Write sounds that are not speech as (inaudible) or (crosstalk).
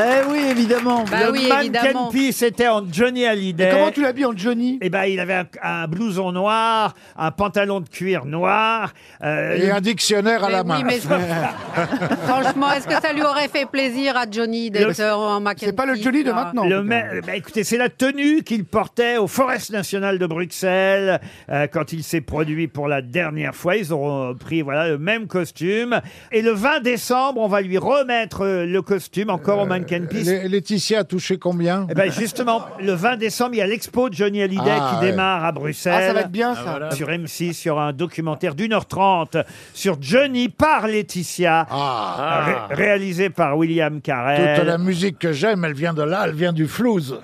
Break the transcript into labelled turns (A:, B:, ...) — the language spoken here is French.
A: Eh oui, évidemment.
B: Bah
A: le
B: oui,
A: man
B: évidemment.
A: Kenpi, c'était en Johnny Hallyday.
C: Et comment tu l'habilles en Johnny
A: Eh ben, il avait un, un blouson noir, un pantalon de cuir noir. euh,
C: Et un dictionnaire à
B: Mais
C: la
B: oui,
C: main.
B: mais je-
C: (laughs)
B: Franchement, est-ce que ça lui aurait fait plaisir à Johnny d'être
A: Le-
B: euh, en Mackenzie
C: C'est pas le Johnny de
B: là
C: maintenant.
A: le ma- bah, écoutez, c'est la tenue qu'il portait aux Forest Nationales de Bruxelles euh, quand il s'est produit pour la dernière fois. Ils ont euh, pris voilà le même costume. Et le 20 décembre, on va lui remettre euh, le costume encore au Mannequin Pis.
C: Lé- Laetitia a touché combien
A: Eh ben justement, le 20 décembre, il y a l'expo de Johnny Hallyday
C: Ah,
A: qui
C: ouais.
A: démarre à Bruxelles.
C: Ah, ça va être bien ça.
A: Euh, Sur M6, sur un documentaire d'une heure trente sur Johnny par Laetitia,
C: Ah,
A: ré- réalisé par William
C: toute la
A: Carell.
C: musique que j'aime, elle vient de là, elle vient du flouze.